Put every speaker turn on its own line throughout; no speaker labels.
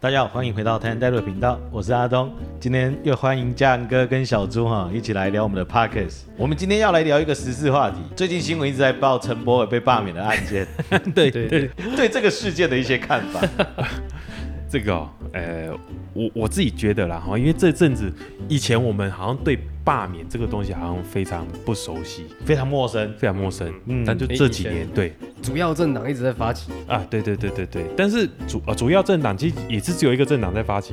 大家好，欢迎回到台湾带路的频道，我是阿东。今天又欢迎嘉仁哥跟小猪哈一起来聊我们的 Parkes。我们今天要来聊一个时事话题，最近新闻一直在报陈柏伟被罢免的案件，
对
对
对，
对这个事件的一些看法。
这个、哦，呃，我我自己觉得啦哈，因为这阵子以前我们好像对罢免这个东西好像非常不熟悉，
非常陌生。
非常陌生。
嗯
嗯，但就
诶
这
哎以
几
前
年，对
主要政党一直在发起，
啊，对对对对对。但是主啊主要政党其实也是只有一个政党在发 起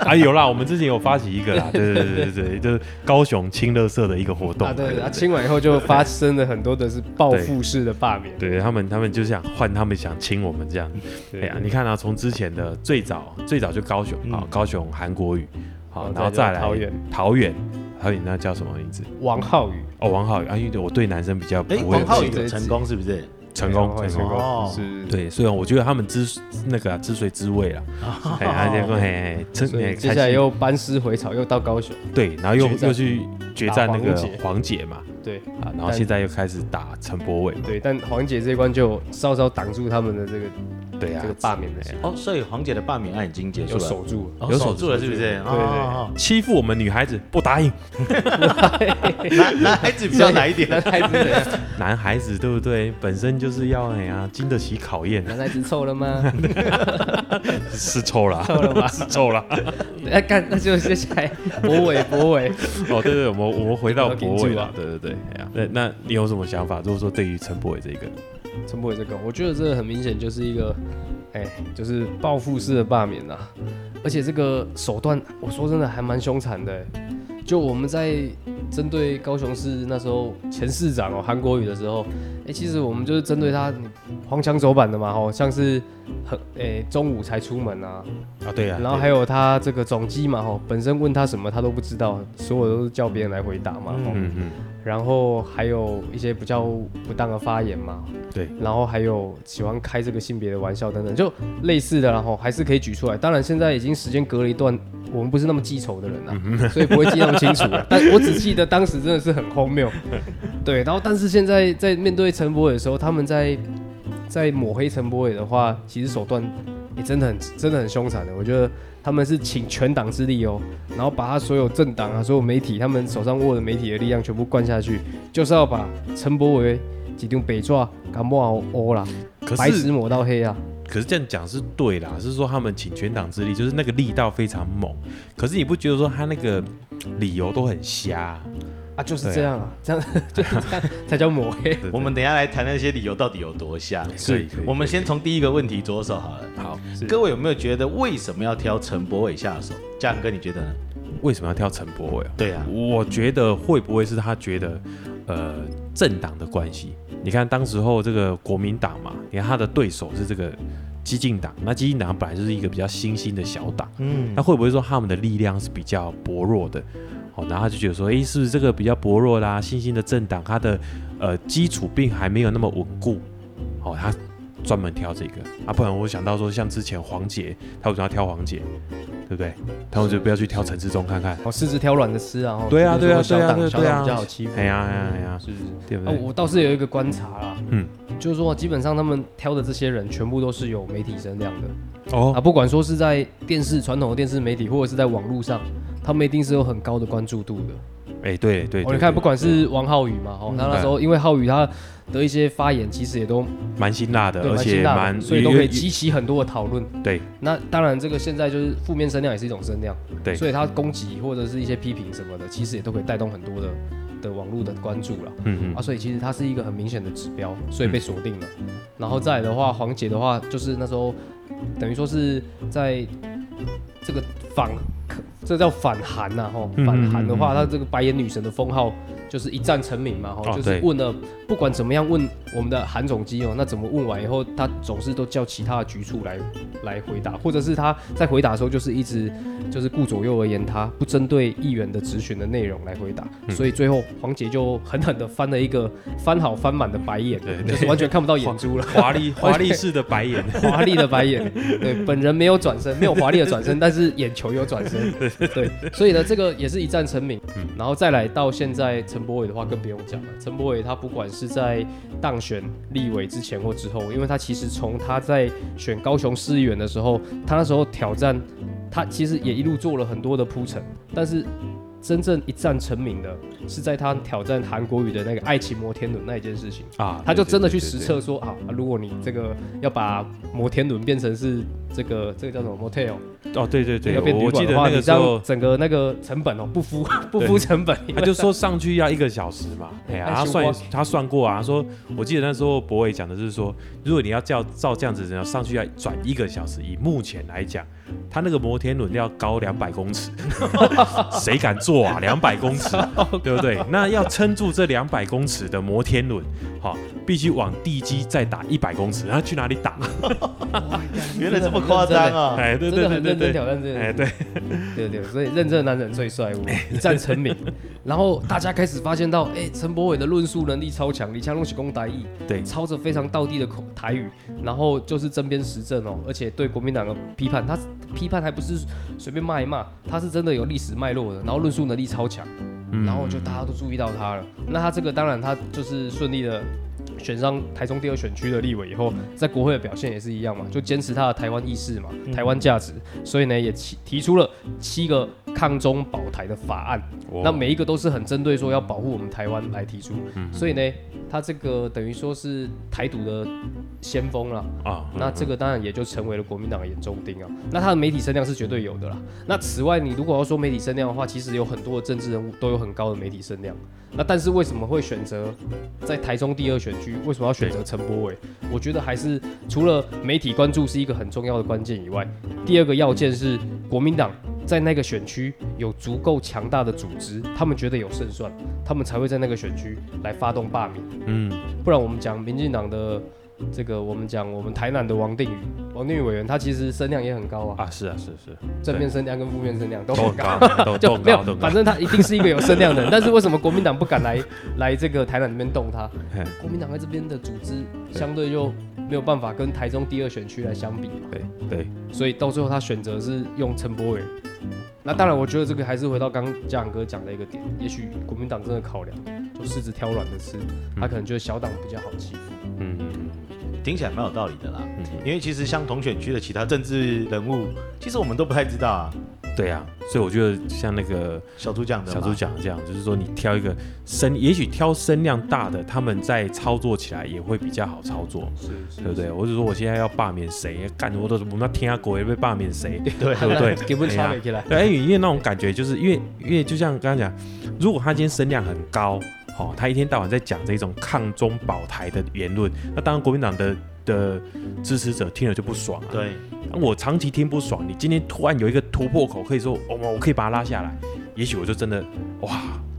啊，有啦，我们之前有发起一个啦，对对对对对，就是高雄清乐社的一个活动
啊，对对，啊，清完以后就发生了很多的是报复式的罢免，
对他们，他们就想换，他们想亲我们这样。
对
哎呀，你看啊，从之前的最早最早就高雄，
嗯
好、高雄韩国语，好、
哦
然后
再
再
来
来
桃园，
桃园，桃园那叫什么名字？
王浩宇
哦，王浩宇啊，因为我对男生比较不
哎，
会
王浩宇
兴趣
有成功是不是？
成功
会
成
成
功。
哦
功是，
对，所以我觉得他们之那个、啊、之所以知味啊， 哎，啊结果嘿，真
所
哎
以
开
接下来
心
又班师回朝，又到高雄，
对，然后又
决战
又去决战那个
打黄姐
黄姐嘛，
对
啊，然后
但
现在又开始打陈柏伟嘛，
对，但黄姐这一关就稍稍挡住他们的这个
对啊，
这个罢免的行
哦，所以黄姐的罢免案已经结
为，
束
有
了，
守住，
哦
有
守
守
住了是不是？哦，
欺负我们女孩子不答应，
男男孩子比较难一点。
男孩子怎 样，
男孩子对不对？本身就是要哎呀、经得起考验，
男孩子臭了吗？
是臭了，
臭了吧
是臭了。
哎，干，那就接下来 博伟博伟，
哦，对对，我们我们回到博伟了
要，
对对对，哎呀，那那你有什么想法？如果说对于陈博伟这个，
陈柏伟这个，我觉得这个很明显就是一个，哎、就是报复式的罢免啦、啊而且这个手段，我说真的还蛮凶残的、欸就我们在针对高雄市那时候前市长哦韩国瑜的时候，哎、其实我们就是针对他你黄腔走板的嘛，吼，像是很哎、中午才出门啊，
啊，对啊，
然后还有他这个总机嘛，吼，本身问他什么他都不知道，所有都是叫别人来回答嘛，
对，
吼
嗯嗯，
然后还有一些比较不当的发言嘛，
对，
然后还有喜欢开这个性别的玩笑等等，就类似的，然后还是可以举出来。当然，现在已经时间隔了一段，我们不是那么记仇的人啦，所以不会记那么清楚了。但我只记得当时真的是很荒谬，对。然后，但是现在在面对陈柏伟的时候，他们在在抹黑陈柏伟的话，其实手段也真的很真的很凶残的。我觉得他们是请全党之力哦，然后把他所有政党啊、所有媒体，他们手上握的媒体的力量全部灌下去，就是要把陈柏伟。几张白纸给抹黑啦，
可
白
是
纸抹到黑啊！
可是这样讲是对啦，是说他们请全党之力，就是那个力道非常猛。可是你不觉得说他那个理由都很瞎啊？
啊，就是这样啊，这样 就是这样才叫抹黑。
对
我们等一下来谈那些理由到底有多瞎。
可以可以
我们先从第一个问题着手好了。
好，
各位有没有觉得为什么要挑陈柏伟下手？嘉仁哥，你觉得呢？
为什么要挑陈柏伟啊？
对啊，
我觉得会不会是他觉得，呃，政党的关系？你看当时候这个国民党嘛，你看他的对手是这个激进党，那激进党本来就是一个比较新兴的小党，
嗯
那，会不会说他们的力量是比较薄弱的？哦，然后他就觉得说，诶，是不是这个比较薄弱啦、新兴的政党，它的呃基础并还没有那么稳固，哦，他专门挑这个啊，不然我想到说，像之前黄杰，他为什么要挑黄杰，对不对？他们就不要去挑陈志忠看看，
哦，狮子挑软的吃啊！吼
对啊
就是说
对啊对啊
小党
对啊
小
对啊
党比较好欺负。
哎呀哎呀哎呀，
是不是？
对不
啊
对？，
我倒是有一个观察啦，
嗯，
就是说基本上他们挑的这些人全部都是有媒体声量的
哦
啊，不管说是在电视传统的电视媒体，或者是在网络上，他们一定是有很高的关注度的。
哎、对对对，
哦，
嗯
你看，不管是王浩宇嘛，哦，他那时候因为浩宇他的一些发言，其实也都
蛮辛辣的，
对
而
蛮
且
辛辣
蛮
的，所以都可以激起很多的讨论。
对
那当然，这个现在就是负面声量也是一种声量，
对
所以它攻击或者是一些批评什么的，其实也都可以带动很多的的网络的关注了。
嗯
啊，所以其实它是一个很明显的指标，所以被锁定了。然后再来的话，黄姐的话，就是那时候等于说是在这个反，这叫反韩呐、吼，
嗯嗯
反韩的话，她这个白眼女神的封号就是一战成名嘛，吼，
哦
就
对
是问了不管怎么样问我们的韩总机哦，那怎么问完以后，她总是都叫其他的局处来来回答，或者是她在回答的时候就是一直就是顾左右而言他，不针对议员的质询的内容来回答，所以最后黄杰就狠狠的翻了一个翻好翻满的白眼，
对对
就是完全看不到眼珠了
嗯，，华丽华丽式的白眼，
华丽的白眼。对，本人没有转身，没有华丽的转身，但是眼球有转身，对，所以呢，这个也是一战成名
嗯，
然后再来到现在陈柏伟的话更不用讲了。陈柏伟他不管是在当选立委之前或之后，因为他其实从他在选高雄市议员的时候，他那时候挑战，他其实也一路做了很多的铺陈，但是。真正一战成名的是在他挑战韩国瑜的那个爱情摩天轮那一件事情，
啊，
他就真的
对
去实，测说啊，如果你这个要把摩天轮变成是这个这个叫什么 motel，
对对对哦，对对对，
要变
我
旅
我记
馆
得
的话，
那
你
个
这
时
样
候
整个那个成本哦，不 敷不
对
敷成本，
他就说上去要一个小时嘛，哎呀、
哎
他
修
算
光
他算过啊，他说我记得那时候博伟讲的就是说，如果你要叫照这样子，然后上去要转一个小时，以目前来讲，他那个摩天轮要高两百公尺， 谁敢坐啊？两百公尺，对不对？那要撑住这两百公尺的摩天轮，好、必须往地基再打一百公尺，那去哪里打？
啊
原来这么夸张啊！
哎，对
真
对对
的很
对
认真
对，
挑战这
哎
个，
对，
对对，所以认真的男人最帅， 我一战成名。然后大家开始发现到，哎，陈柏伟的论述能力超强，李强龙是攻台语，
对
操着非常道地的口台语，然后就是针砭时政哦，而且对国民党的批判，他批判还不是随便骂一骂，他是真的有历史脉络的，然后论述能力超强，然后就大家都注意到他了。那他这个当然他就是顺利的。选上台中第二选区的立委以后，在国会的表现也是一样嘛，就坚持他的台湾意识嘛，台湾价值，所以呢也提提出了七个抗中保台的法案，
哦
那每一个都是很针对说要保护我们台湾来提出，所以呢，他这个等于说是台独的先锋了。
啊，
那这个当然也就成为了国民党的眼中钉啊。那他的媒体声量是绝对有的啦。那此外，你如果要说媒体声量的话，其实有很多的政治人物都有很高的媒体声量。那但是为什么会选择在台中第二选区？为什么要选择陈柏伟？我觉得还是除了媒体关注是一个很重要的关键以外，第二个要件是国民党在那个选区有足够强大的组织，他们觉得有胜算，他们才会在那个选区来发动罢免。
嗯，
不然我们讲民进党的这个，我们讲我们台南的王定宇，王定宇委员他其实声量也很高啊，
啊是啊是是，
正面声量跟负面声量都
都
很
很
高。
高，都都
就
很
没
高，
有
都很，高
反。正他一定是一个有声量的人，但是为什么国民党不敢来来这个台南那边动他
嘿？
国民党在这边的组织相对就没有办法跟台中第二选区来相比嘛，
对对，
所以到最后他选择是用陈柏伟。那当然，我觉得这个还是回到刚刚嘉阳哥讲的一个点，也许国民党真的考量就狮子挑软的吃，他可能觉得小党比较好欺负。
嗯嗯
听起来蛮有道理的啦。
嗯嗯
因为其实像同选区的其他政治人物，其实我们都不太知道啊。
对啊，所以我觉得像那个
小猪讲的嘛，
小猪讲的这样，就是说你挑一个声，也许挑声量大的，他们在操作起来也会比较好操作，
是是
对不对？我就说我现在要罢免谁，干我都我们要听下国会被罢免谁，
对
对不对？
给不
哎呀
差起来。
对，哎，因为那种感觉就是因为因为就像刚刚讲，如果他今天声量很高，哦，他一天到晚在讲这种抗中保台的言论，那当然国民党的的支持者听了就不爽啊。
对，
那我长期听不爽，你今天突然有一个突破口，可以说哦，我可以把它拉下来，也许我就真的哇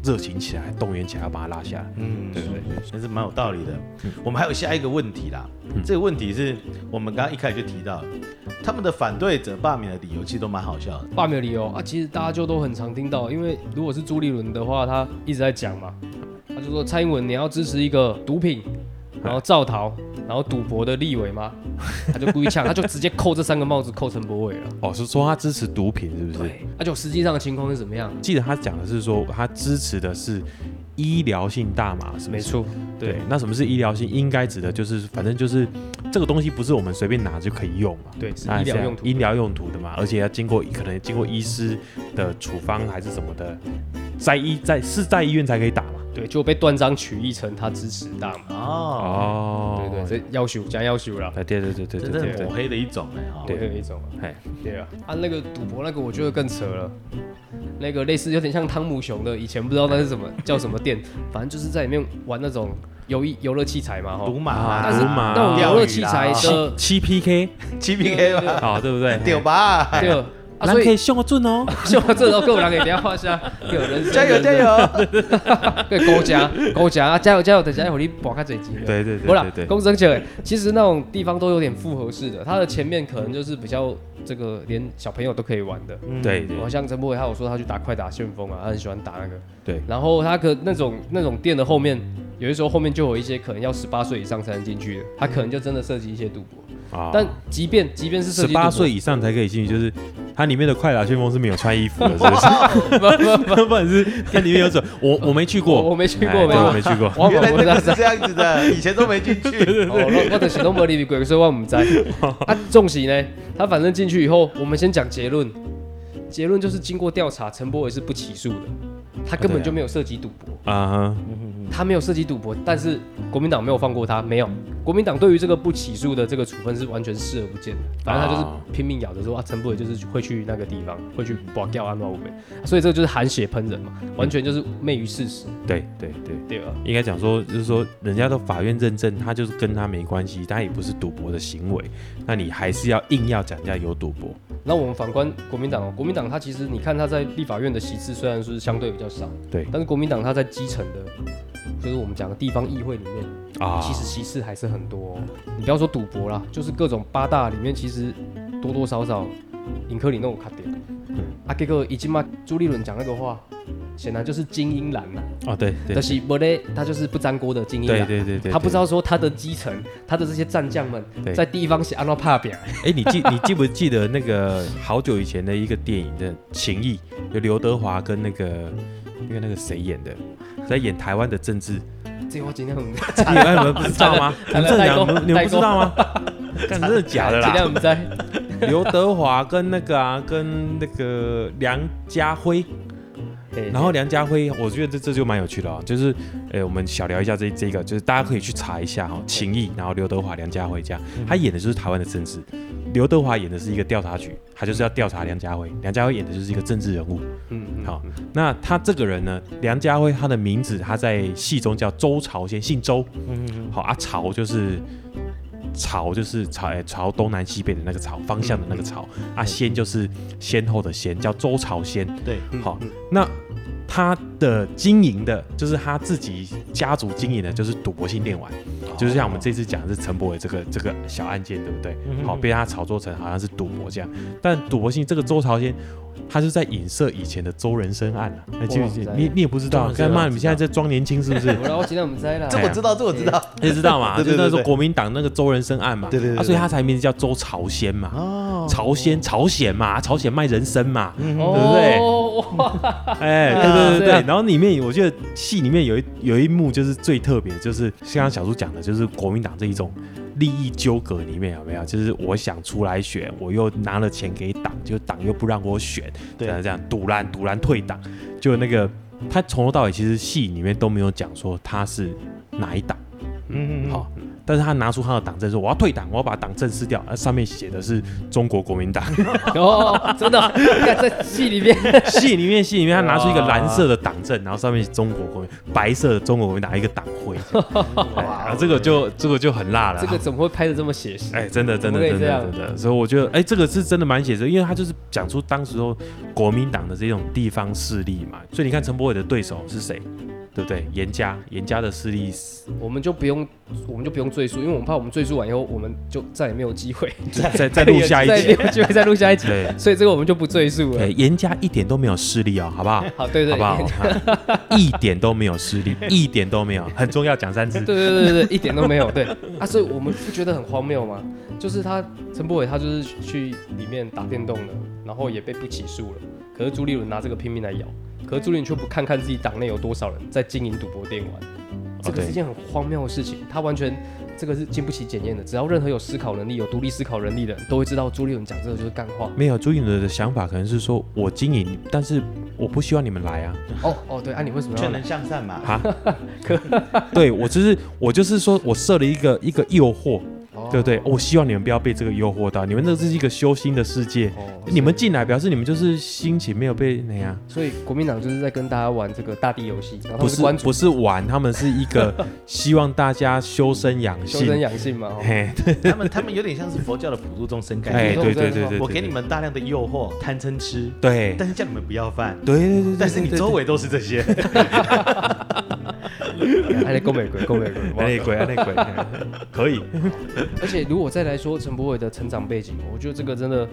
热情起来，动员起来要把它拉下来。
嗯，
对对
还是蛮有道理的
嗯。
我们还有下一个问题啦，这个问题是我们刚刚一开始就提到了，他们的反对者罢免的理由其实都蛮好笑的。
罢免理由啊，其实大家就都很常听到，因为如果是朱立伦的话，他一直在讲嘛，他就说蔡英文你要支持一个毒品，然后造逃，然后赌博的立委 吗？他就故意呛，他就直接扣这三个帽子，扣陈柏伟了。
哦，是说他支持毒品是不是？
对，那、就实际上的情况是怎么样？
记得他讲的是说他支持的是医疗性大麻，是不
没
是？
错，
对，那什么是医疗性？应该指的就是，反正就是这个东西不是我们随便拿就可以用嘛。
对，是
那
医疗
是
用途
医。疗用途的嘛，而且要经过可能经过医师的处方还是什么的，在医在是在医院才可以打嘛。
对，就被断章取义成他支持大麻。
哦，
哦
对对，这要求加要求了，
哎，对对对对
这
对
真
对
的
对
抹，黑的一种哎哈。
对，有一种啊。
哎，
对啊，啊那个赌博那个我觉得更扯了，那个类似有点像汤姆熊的，以前不知道那是什么叫什么店，反正就是在里面玩那种游艺游乐器材嘛哈
赌。马
啊
啊，
但是
赌马
那种游乐器
钓
材
鱼
的
七七 PK
七 PK 吧，
啊，对不对？
丢吧，
对啊，啊
咱
所
可以
以
凶个准哦，
就 这都够了，给大家画下，对，人生
加油加， 油！
对，高加高加啊，加油加油，等一下一会儿你博开嘴机。
对对
不啦
对，对对，
公生球，其实那种地方都有点复合式的，它的前面可能就是比较这个连小朋友都可以玩的，
对对
我像陈柏伟，他有说他去打快打旋风啊，他很喜欢打那个。
对
然后他可那种那种店的后面，有些时候后面就有一些可能要十八岁以上才能进去的，他可能就真的涉及一些赌博。
啊
但即便即便是涉
十
及赌博
八岁以上才可以进去，就是它里面的快打旋风是没有穿衣服的，是不是？
不不 不，
不然是它里面有什么？ 我我没去过，
我我没去过
哎对
没有
我没去 过。
我
原来
我不
那
知
个
道
是 这样子 的，以前都没进去。
哦，我我就是拢无入去过，所以我唔知。 啊，纵使呢，他反正进去以后，我们先讲结论。结论就是经过调查，陈柏伟是不起诉的，他根本就没有涉及赌博，
啊哈，
他没有涉及赌博，但是国民党没有放过他，没有。国民党对于这个不起诉的这个处分是完全视而不见的，反正他就是
哦
拼命咬着说啊，陈柏伟就是会去那个地方，会去保钓安华五美，所以这个就是含血喷人嘛，完全就是昧于事实，
对对对，
对啊吧？
应该讲说，就是说，人家都法院认证，他就是跟他没关系，他也不是赌博的行为，那你还是要硬要讲人家有赌博，
那我们反观国民党哦，国民党他其实你看他在立法院的席次虽然是相对比较少，
对
但是国民党他在基层的，就是我们讲的地方议会里面，
啊，
其实席次还是很多哦、你不要说赌博啦，就是各种八大里面，其实多多少少尹科里那种卡点。
嗯
啊，结果已经嘛，朱立伦讲那个话，显然就是精英蓝呐、
哦，对对
但是不嘞，他就是不沾锅的精英
对
蓝。
对对对，
他不知道说他的基层，他的这些战将们
对
在地方是安诺帕表，
哎、你记你记不记得那个好久以前的一个电影的《情谊》，有刘德华跟那个那个那个谁演的，在演台湾的政治，
这话今天很
你们不知道吗？
惨
陈
了
正
代
阳，
沟
你们你们
代
不
沟
知道吗？干真的假的
今
啦
天？我们在
刘德华跟那个啊，跟那个梁家辉，
嘿
然后梁家辉，我觉得这这就蛮有趣的啊，就是，诶，我们小聊一下这这个，就是大家可以去查一下哈、情谊，然后刘德华、梁家辉这样，他演的就是台湾的政治，刘德华演的是一个调查局，他就是要调查梁家辉，梁家辉演的就是一个政治人物。
嗯嗯
好，那他这个人呢，梁家辉，他的名字他在戏中叫周朝先，姓周，
嗯
好啊，朝就是。朝就是朝诶朝东南西北的那个朝，方向的那个朝、啊，先就是先后的先，叫周朝先。
对，
好，那他的经营的，就是他自己家族经营的，就是赌博性电玩，
哦
就是像我们这次讲的是陈柏伟这个这个小案件，对不对？
嗯
好，被他炒作成好像是赌博这样，但赌博性这个周朝先。他就在影射以前的周人生案啊，那就
我知道
你你也不知道，
周人生
干
案我知道
嘛？你们现在在装年轻是 不是？
我然后今天我们在啦
这，我知道，这我知道。
你知道嘛？
对
就
对对
那时候
对
国民党那个周人生案嘛，
对对对对
啊所以他才名字叫周朝鲜嘛，
哦，
朝鲜朝鲜嘛，朝鲜卖人参嘛，
哦
对
哇
哎，
啊
对对对
对啊
对，然后里面我记得戏里面有一有一幕就是最特别，就是像刚小叔讲的，就是国民党这一种利益纠葛里面有没有？就是我想出来选，我又拿了钱给党，就党又不让我选，
对
这样这样堵拦堵拦退党，就那个他从头到尾其实戏里面都没有讲说他是哪一党，
嗯
好、但是他拿出他的党证说我要退党，我要把党证撕掉，那上面写的是中国国民党。
哦，真的，看在戏里面，
戏里面，戏里面，他拿出一个蓝色的党证，然后上面是中国国民，白色的中国国民党一个党徽，哎啊，这个就这个就很辣了。
哦这个怎么会拍的这么写实？
哎，真的，真
怎么
的，
可以
真
这
的，
样
真的，所以我觉得，哎，这个是真的蛮写实，因为他就是讲出当时候国民党的这种地方势力嘛。所以你看陈柏伟的对手是谁，对不对？严家，严家的势力是
我们就不用，我们就不用赘述，因为我们怕我们赘述完以后，我们就再也没有机会
在在在录下一
再也
集
没，有机会再录下一集，
对。
所以这个我们就不赘述
哎
了。，
严家一点都没有势力哦，好不好？
好，对
好
对
不好？ 哎一点都没有势力，一点都没有，很重要，讲三次。
对对对对，对一点都没有。对啊，所以我们不觉得很荒谬吗？就是他陈柏伟，他就是去里面打电动的，然后也被不起诉了。可是朱立伦拿这个拼命来咬，可是朱立伦却不看看自己党内有多少人在经营赌博电玩，这个
对
是一件很荒谬的事情。他完全这个是经不起检验的。只要任何有思考能力、有独立思考能力的人，都会知道朱立伦讲这个就是干话。
没有朱允伦的想法可能是说，我经营，但是我不希望你们来啊！
哦哦，对，啊，你为什么要
劝
来
人？向善嘛。
哈，对我就是我就是说我设了一个一个诱惑，
哦
对不对？我希望你们不要被这个诱惑到，你们这是一个修心的世界，
哦
你们进来表示你们就是心情没有被那样、
所以国民党就是在跟大家玩这个大地游戏，然后他
不
们是
是
关注
不是玩，他们是一个希望大家修身养
修身
性，
养性 嘛。哦
嘿，
他们他们有点像是佛教的普度众生概
哎，
念。
对对对对对，
我给你，们大量的诱惑，贪嗔痴，
对对
但是叫你们不要犯。
对对对
但是你周围都是这些，
还哎得够美国，够美国。
对，内鬼啊内鬼， 嘿可以，
而且如果再来说陈柏伟的成长背景，我觉得这个真的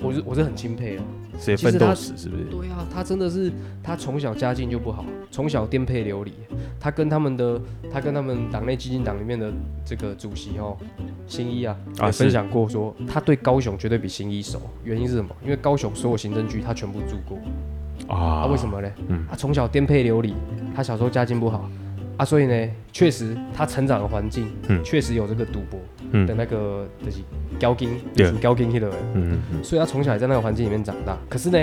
我是我是很钦佩的。
谁
其实
奋斗
他
史是不是？
对啊，他真的是他从小家境就不好，从小颠沛流离。他跟他们的他跟他们党内激进党里面的这个主席哦，新一啊，
啊
也
是
分享过说他对高雄绝对比新一熟。原因是什么？因为高雄所有行政区他全部住过。啊，
啊
为什？么呢？
嗯
他从小颠沛流离，他小时候家境不好啊，所以呢，确实他成长的环境，
嗯
确实有这个赌博
嗯
的那个就是交金，
对
属交金那个人，
嗯嗯
所以他从小也在那个环境里面长大。可是呢，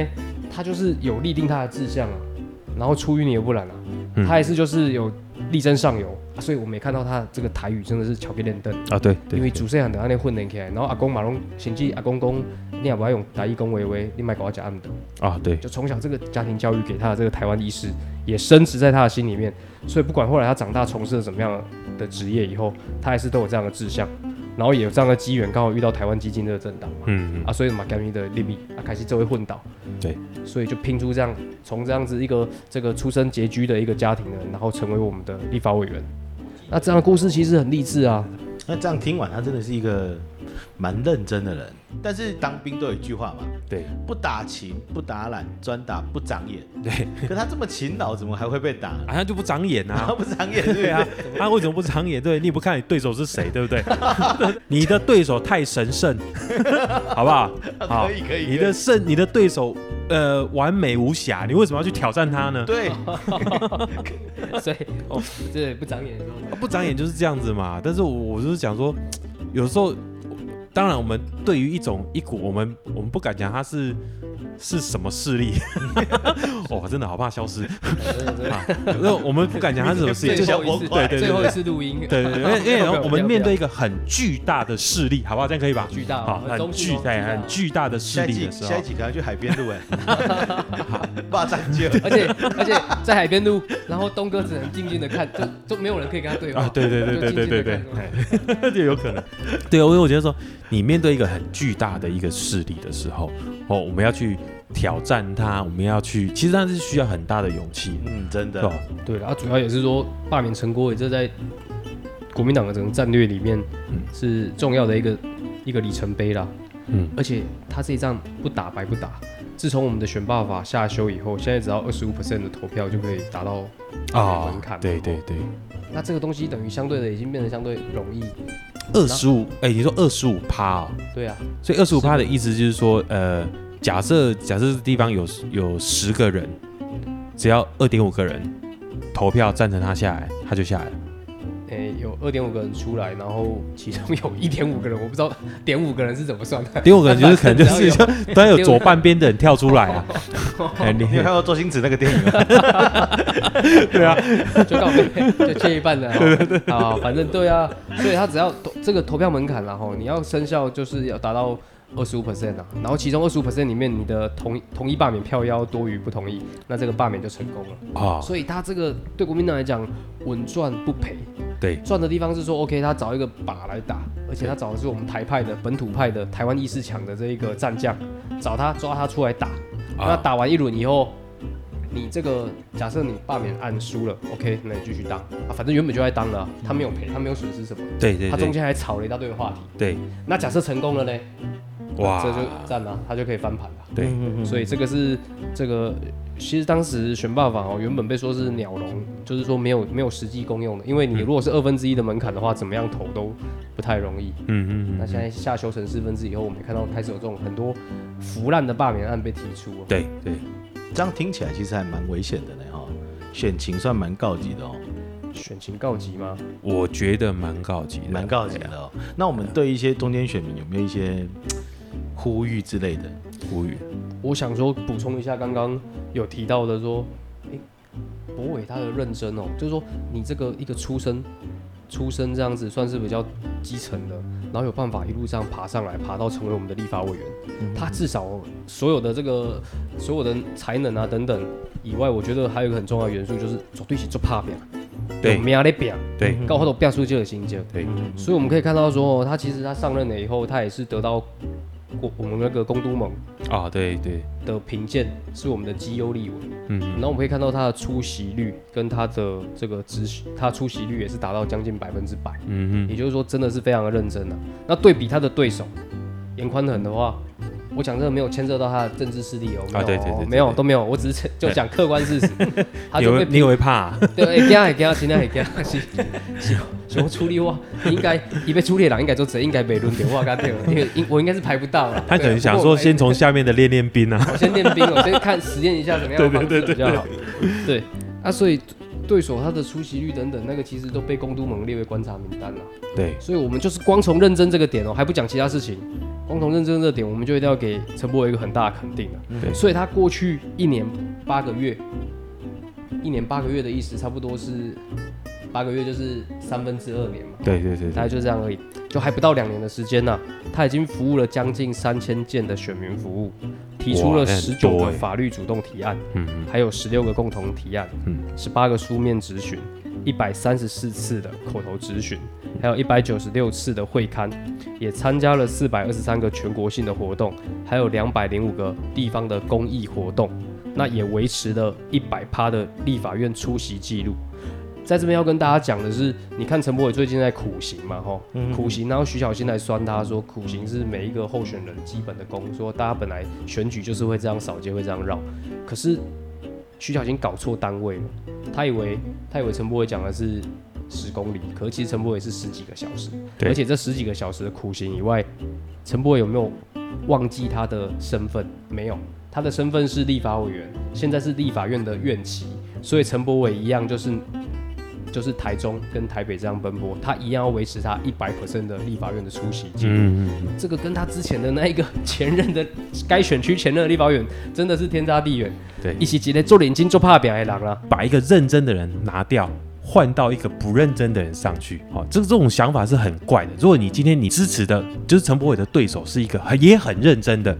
他就是有立定他的志向啊，然后出淤泥而不染啊，
嗯
他也是就是有力争上游、啊所以我们也看到他这个台语真的是巧别练灯。
啊，对对，
因为主细汉就安尼训练起来，然后阿公嘛拢甚至阿公讲，你也不要用台语讲话话，你莫给我食暗顿。
啊对，
就从小这个家庭教育给他的这个台湾意识，也深植在他的心里面。所以不管后来他长大从事了怎么样的职业，以后他还是都有这样的志向，然后也有这样的机缘，刚好遇到台湾基金这个政党嘛，
嗯嗯
啊，所以马甘咪的利弊啊，开始这位混倒，
对，
所以就拼出这样从这样子一个这个出身拮据的一个家庭的人，然后成为我们的立法委员。那这样的故事其实很励志啊，
那这样听完，他真的是一个蛮认真的人。但是当兵都有一句话嘛，
对
不打勤，不打懒，专打不长眼。
对，
可他这么勤劳，怎么还会被 打？
好像就不长眼
然
啊
后。不长眼，
对啊，他为什么不长眼？对你也不看你对手是谁，对不对？ 你的对手太神圣， 好不好？好
可以可以
啊你
可
的
以
圣，你的对手呃完美无瑕，你为什么要去挑战他呢？
对，
所以哦，这不长眼 的时候
啊不长眼就是这样子嘛。但是我我就是讲说，有时候当然我们对于一种一股我们我们不敢讲它是是什么势力， 哦，真的好怕消失。
真 的真的
啊，那我们不敢讲它是什么势力，
最
就是
后一次
对对对
最后一次录音，
对对 对，因为因为
不要不要
我
不
们
要嗯
面对一个很巨大的势力，好不好？这样可以吧？
巨大
好，
我们
很
中
巨
性哦
对，
巨大
很巨大的势
下一
力的
集
时
下
候
一，集可能去海边录哎， 霸占街。
而且而且在海边录，然后东哥只能静静的看，就就没有人可以跟他对话。
啊对对对对对对对
就静静地看
就有可能。 对，因为我觉得说，你面对一个很巨大的一个势力的时候，哦，我们要去挑战它，我们要去，其实它是需要很大的勇气的，
嗯，真
对
的
吧？
对了，啊，主要也是说罢免陈国伟，这在国民党的整个战略里面
嗯
是重要的一个一个里程碑啦。
嗯，
而且他这一仗不打白不打。自从我们的选罢法下修以后，现在只要二十五 percent 的投票就可以达到
啊
门槛，
对对对，
那这个东西等于相对的已经变得相对容易，
二十五，哎，你说二十五趴哦，
对啊，
所以二十五趴的意思就是说，呃，假设假设这地方有有十个人，只要二点五个人投票赞成他下来，他就下 来了。
诶、有二点五个人出来，然后其中有一点五个人，我不知道点五个人是怎么算的。
第五个人就是可能 就是
只要
就突然有左半边的人跳出来 啊，哎，你
你有看过周星驰那个电影吗？
对啊，
就告别，就切一半 了。对对对，啊，反正对啊，所以他只要投这个投票门槛啦，吼，你要生效就是要达到二十五 percent 啊，然后其中二十五 percent 里面你的同同意罢免票要多于不同意，那这个罢免就成功了。
啊，
所以他这个对国民党来讲稳赚不赔，
对
赚的地方是说 OK，他找一个靶来打，而且他找的是我们台派的本土派的台湾意识强的这一个战将，找他抓他出来打，
啊
那打完一轮以后，你这个假设你罢免案输了，OK，那你继续当啊，反正原本就在当了啊，他没有赔，他没有损失什么，
对对
他中
对
间还炒了一大堆的话题。
对，
那假设成功了呢？
哇，
这就赞了，他就可以翻盘了。嗯
对
所以这个是这个，其实当时选办法哦，原本被说是鸟笼，就是说没有没有实际公用的，因为
嗯
你如果是二分之一的门槛的话，怎么样投都不太容易。
嗯嗯
那
嗯，
现在下修成四分之以后，我们也看到开始有这种很多腐烂的罢免案被提出哦。
对对，
这样听起来其实还蛮危险的呢哈，选情算蛮告急的哦，
选情告急吗？
我觉得蛮高级的，
蛮告急的
啊
哦。那我们对一些中间选民有没有一些呼吁之类的？
无语，
我想说补充一下刚刚有提到的说，诶，博伟他的认真哦，就是说你这个一个出身，出身这样子算是比较基层的，然后有办法一路这样爬上来，爬到成为我们的立法委员，他至少所有的这个所有的才能啊等等以外，我觉得还有一个很重要的元素就是做对起做怕表，
对
命咧表，
对
搞好多表出就有嗯心结。
对，
所以我们可以看到说，哦他其实他上任了以后，他也是得到我我们那个公都盟。
啊对对，
的评鉴是我们的绩优立委，
嗯
然后我们可以看到他的出席率跟他的这个执行，他出席率也是达到将近百分之百，
嗯嗯
也就是说真的是非常的认真了、那对比他的对手严宽恒的话，我讲这个没有牵涉到他的政治势力哦，没有哦、
啊对对对对
没有
对
都没有，我只是就讲客观事实，他
你
就被
会
批
你会怕、啊？
对，会惊会惊，真的会惊，是是想处理我，应该伊要处理的人应该做这，应该袂轮到我，敢对，因为应我应该是排不到了。
他可能
对
想
不过
说
我
先从下面的练练兵啊。
我先练兵，我先看实验一下怎么样的方式比较好。对，啊，所以对手他的出席率等等，那个其实都被公都盟列为观察名单了。
对，
所以我们就是光从认真这个点哦，还不讲其他事情，光从认真这个点，我们就一定要给陈柏伟一个很大的肯定啊。
对
所以他过去一年八个月，一年八个月的意思差不多是八个月就是三分之二年嘛，
对对对对
大概就这样而已，就还不到两年的时间呐、他已经服务了将近三千件的选民服务，提出
哇
了
那
十
很
九
多
个
欸
法律主动提案，
嗯嗯
还有十六个共同提案，
嗯
十八个书面质询，一百三十四次的口头质询，还有一百九十六次的会刊，也参加了四百二十三个全国性的活动，还有两百零五个地方的公益活动，那也维持了一百趴的立法院出席记录。在这边要跟大家讲的是，你看陈柏伟最近在苦行嘛，吼，苦行，然后徐小新来酸他说，苦行是每一个候选人基本的功，说大家本来选举就是会这样扫街，会这样绕，可是徐小新搞错单位了，他以为他以为陈柏伟讲的是十公里，可是其实陈柏伟是十几个小时，
对
而且这十几个小时的苦行以外，陈柏伟有没有忘记他的身份？没有，他的身份是立法委员，现在是立法院的院旗，所以陈柏伟一样就是。就是台中跟台北这样奔波，他一样要维持他一百 percent 的立法院的出席记录。
嗯嗯
这个跟他之前的那一个 前任的该选区前任的立法委员真的是天差地远。
对
一起一个做领巾做怕表的人啊啦，
把一个认真的人拿掉，换到一个不认真的人上去，好、这这种想法是很怪的。如果你今天你支持的，就是陈柏伟的对手是一个很也很认真的，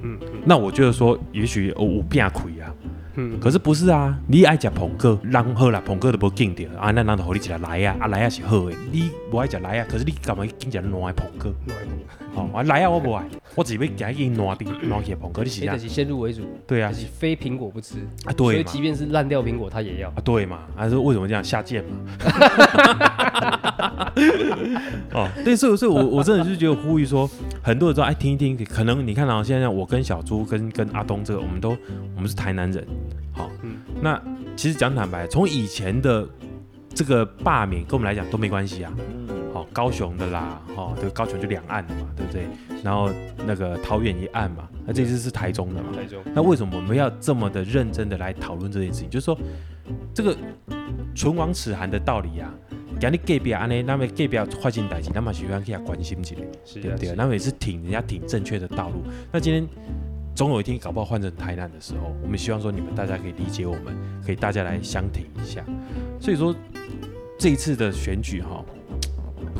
嗯，那我觉得说，也许哦我变亏啊。
嗯
可是不是啊？你爱食捧哥，人好啦，捧哥都无敬着啊，咱人就互你一个来啊，啊来啊是好的，你无爱食来啊，可是你干嘛去敬一个烂的捧哥？哦，啊来啊我无爱，我只要惊伊烂的烂起捧哥，你是
谁
啊
得？起先入为主，
对啊
自，己非苹果不吃
啊
所
对
以
嘛
即，便是烂掉苹果他也要。
啊对嘛，还、啊、是为什么这样下贱嘛？哦，对，所以所以我我真的是觉得呼吁说，很多人说哎听一听，可能你看啊，现在我跟小猪跟跟阿东这个，我们都我们是台南人，好、
嗯
那其实讲坦白，从以前的这个罢免跟我们来讲都没关系啊，
嗯，
哦，高雄的啦，哦，对，高雄就两岸的嘛，对不对？然后那个桃园一岸嘛，那这次是台中的嘛，
台中，
那为什么我们要这么的认真的来讨论这件事情？就是说，这个唇亡齿寒的道理啊，讲你隔壁安尼，那么隔壁发生代志，那么喜欢去他关心一下，
是
对不对？
是
那么也是啊挺人家挺正确的道路。那今天总有一天搞不好换成台南的时候，我们希望说你们大家可以理解我们，可以大家来相挺一下。所以说这一次的选举哈、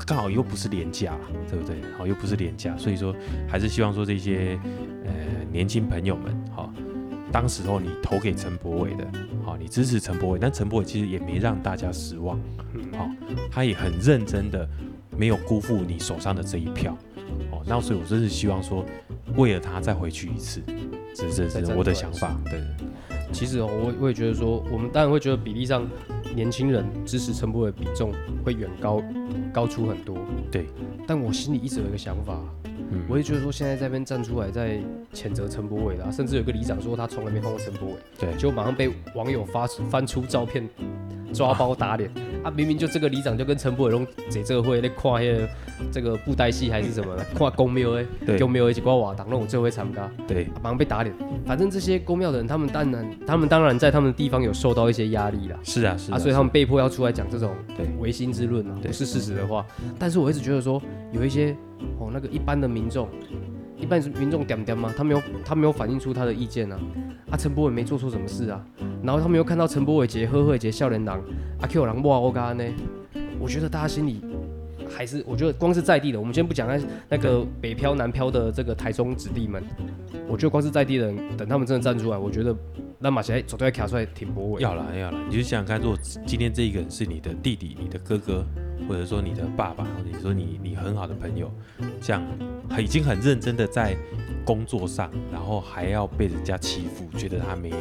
刚好又不是廉价，对不对？好，又不是廉价，所以说还是希望说这些呃年轻朋友们，好、当时候你投给陈柏伟的，好、你支持陈柏伟，但陈柏伟其实也没让大家失望，好、他也很认真的，没有辜负你手上的这一票，哦，那所以我真是希望说，为了他再回去一次，这这这
再站出
是
来
我的想法，对，
其实哦，我我也觉得说，我们当然会觉得比例上，年轻人支持陈柏伟的比重会远高高出很多。
对，
但我心里一直有一个想法，啊
嗯
我也觉得说，现在这边站出来在谴责陈柏伟的啊、甚至有个里长说他从来没看过陈柏伟，
对
就马上被网友发翻出照片，抓包打脸。啊，明明就这个里长就跟陈柏伟拢在这会在看那个这个布袋戏还是什么， 看公庙诶，
对
公庙诶一寡活动，那我最会参加。
对
马上被打脸。反正这些公庙的人，他们当然，他们当然在他们的地方有受到一些压力啦，
是啊是
啊，所以他们被迫要出来讲这种
对
唯心之论啊，
对
不是事实的话。但是我一直觉得说，有一些哦，那个一般的民众，一般民众点点嘛，他没有他没有反映出他的意见啊，啊，陈柏伟没做错什么事啊，然后他们又看到陈柏伟杰、呵呵杰、笑脸郎、啊阿 Q 郎、哇欧嘎呢，我觉得大家心里。还是我觉得光是在地的，我们先不讲那那个北漂南漂的这个台中子弟们，我觉得光是在地的人，等他们真的站出来，我觉得那马来走对卡出来挺博伟。
要啦要啦，你就想想看，如果今天这一个人是你的弟弟、你的哥哥，或者说你的爸爸，或者说你你很好的朋友，像已经很认真的在工作上，然后还要被人家欺负，觉得他没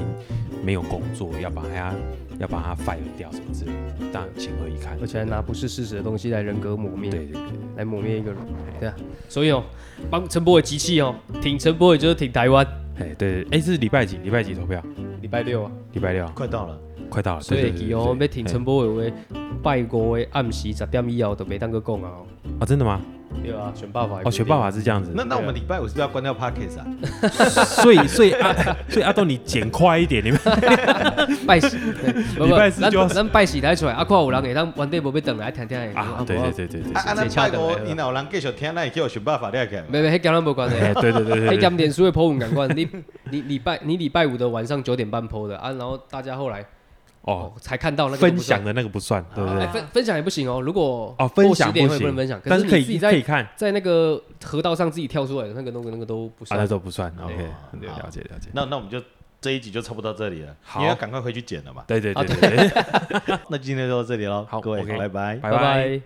没有工作，要把他要把他 fire 掉什么之类的，当然情何以堪
而。且还拿不是事实的东西来人格抹灭，
对对对，
来抹灭一个人，对啊。所以哦，帮陈柏伟集气哦，挺陈柏伟就是挺台湾。
哎对，哎是礼拜几？礼拜几投票？
礼拜六啊，
礼拜六，
快到了，
快到了。
所
对对
以
对
记哦，
对
要
对
挺陈柏伟为拜五的暗时十点以后就没当个讲啊哦，
哎哦，真的吗？
对啊，选爸爸
哦，学爸爸是这样子。
那那我们礼拜五是不是要关掉 Parkes 啊？
所以所以阿 所以阿豆你剪快一点，你们
拜喜，对
礼拜四就要
咱咱拜喜台出来，啊，看有人会当原地无哎要等来听听的
啊，对对， 对对对
啊，啊，那
这下
拜
就
五
没了
因老人继续听，那也叫我想办法了解。
没没，迄跟咱无关系。
哎 对对对对
黑
对，
讲脸书的 po 文感官，你你礼拜你礼拜五的晚上九点半 po 的啊，然后大家后来
哦
哦，才看到那个
分享的那个不算，对不
哎
对？
分分享也不行哦，如果
哦，分
过
享
10点
不
会不
行，
能分享，
但
是
是可
你自己
以可以
在
看啊，
在那个河道上自己跳出来的那个那个那个都不
那
算。哦
都不算。OK，
对
了解了解。
那那我们就这一集就差不多到这里了，
好
因为要赶快回去剪了嘛。
啊
对对对对，对
那今天就到这里喽
好，
各位，
OK
拜拜。
拜拜。。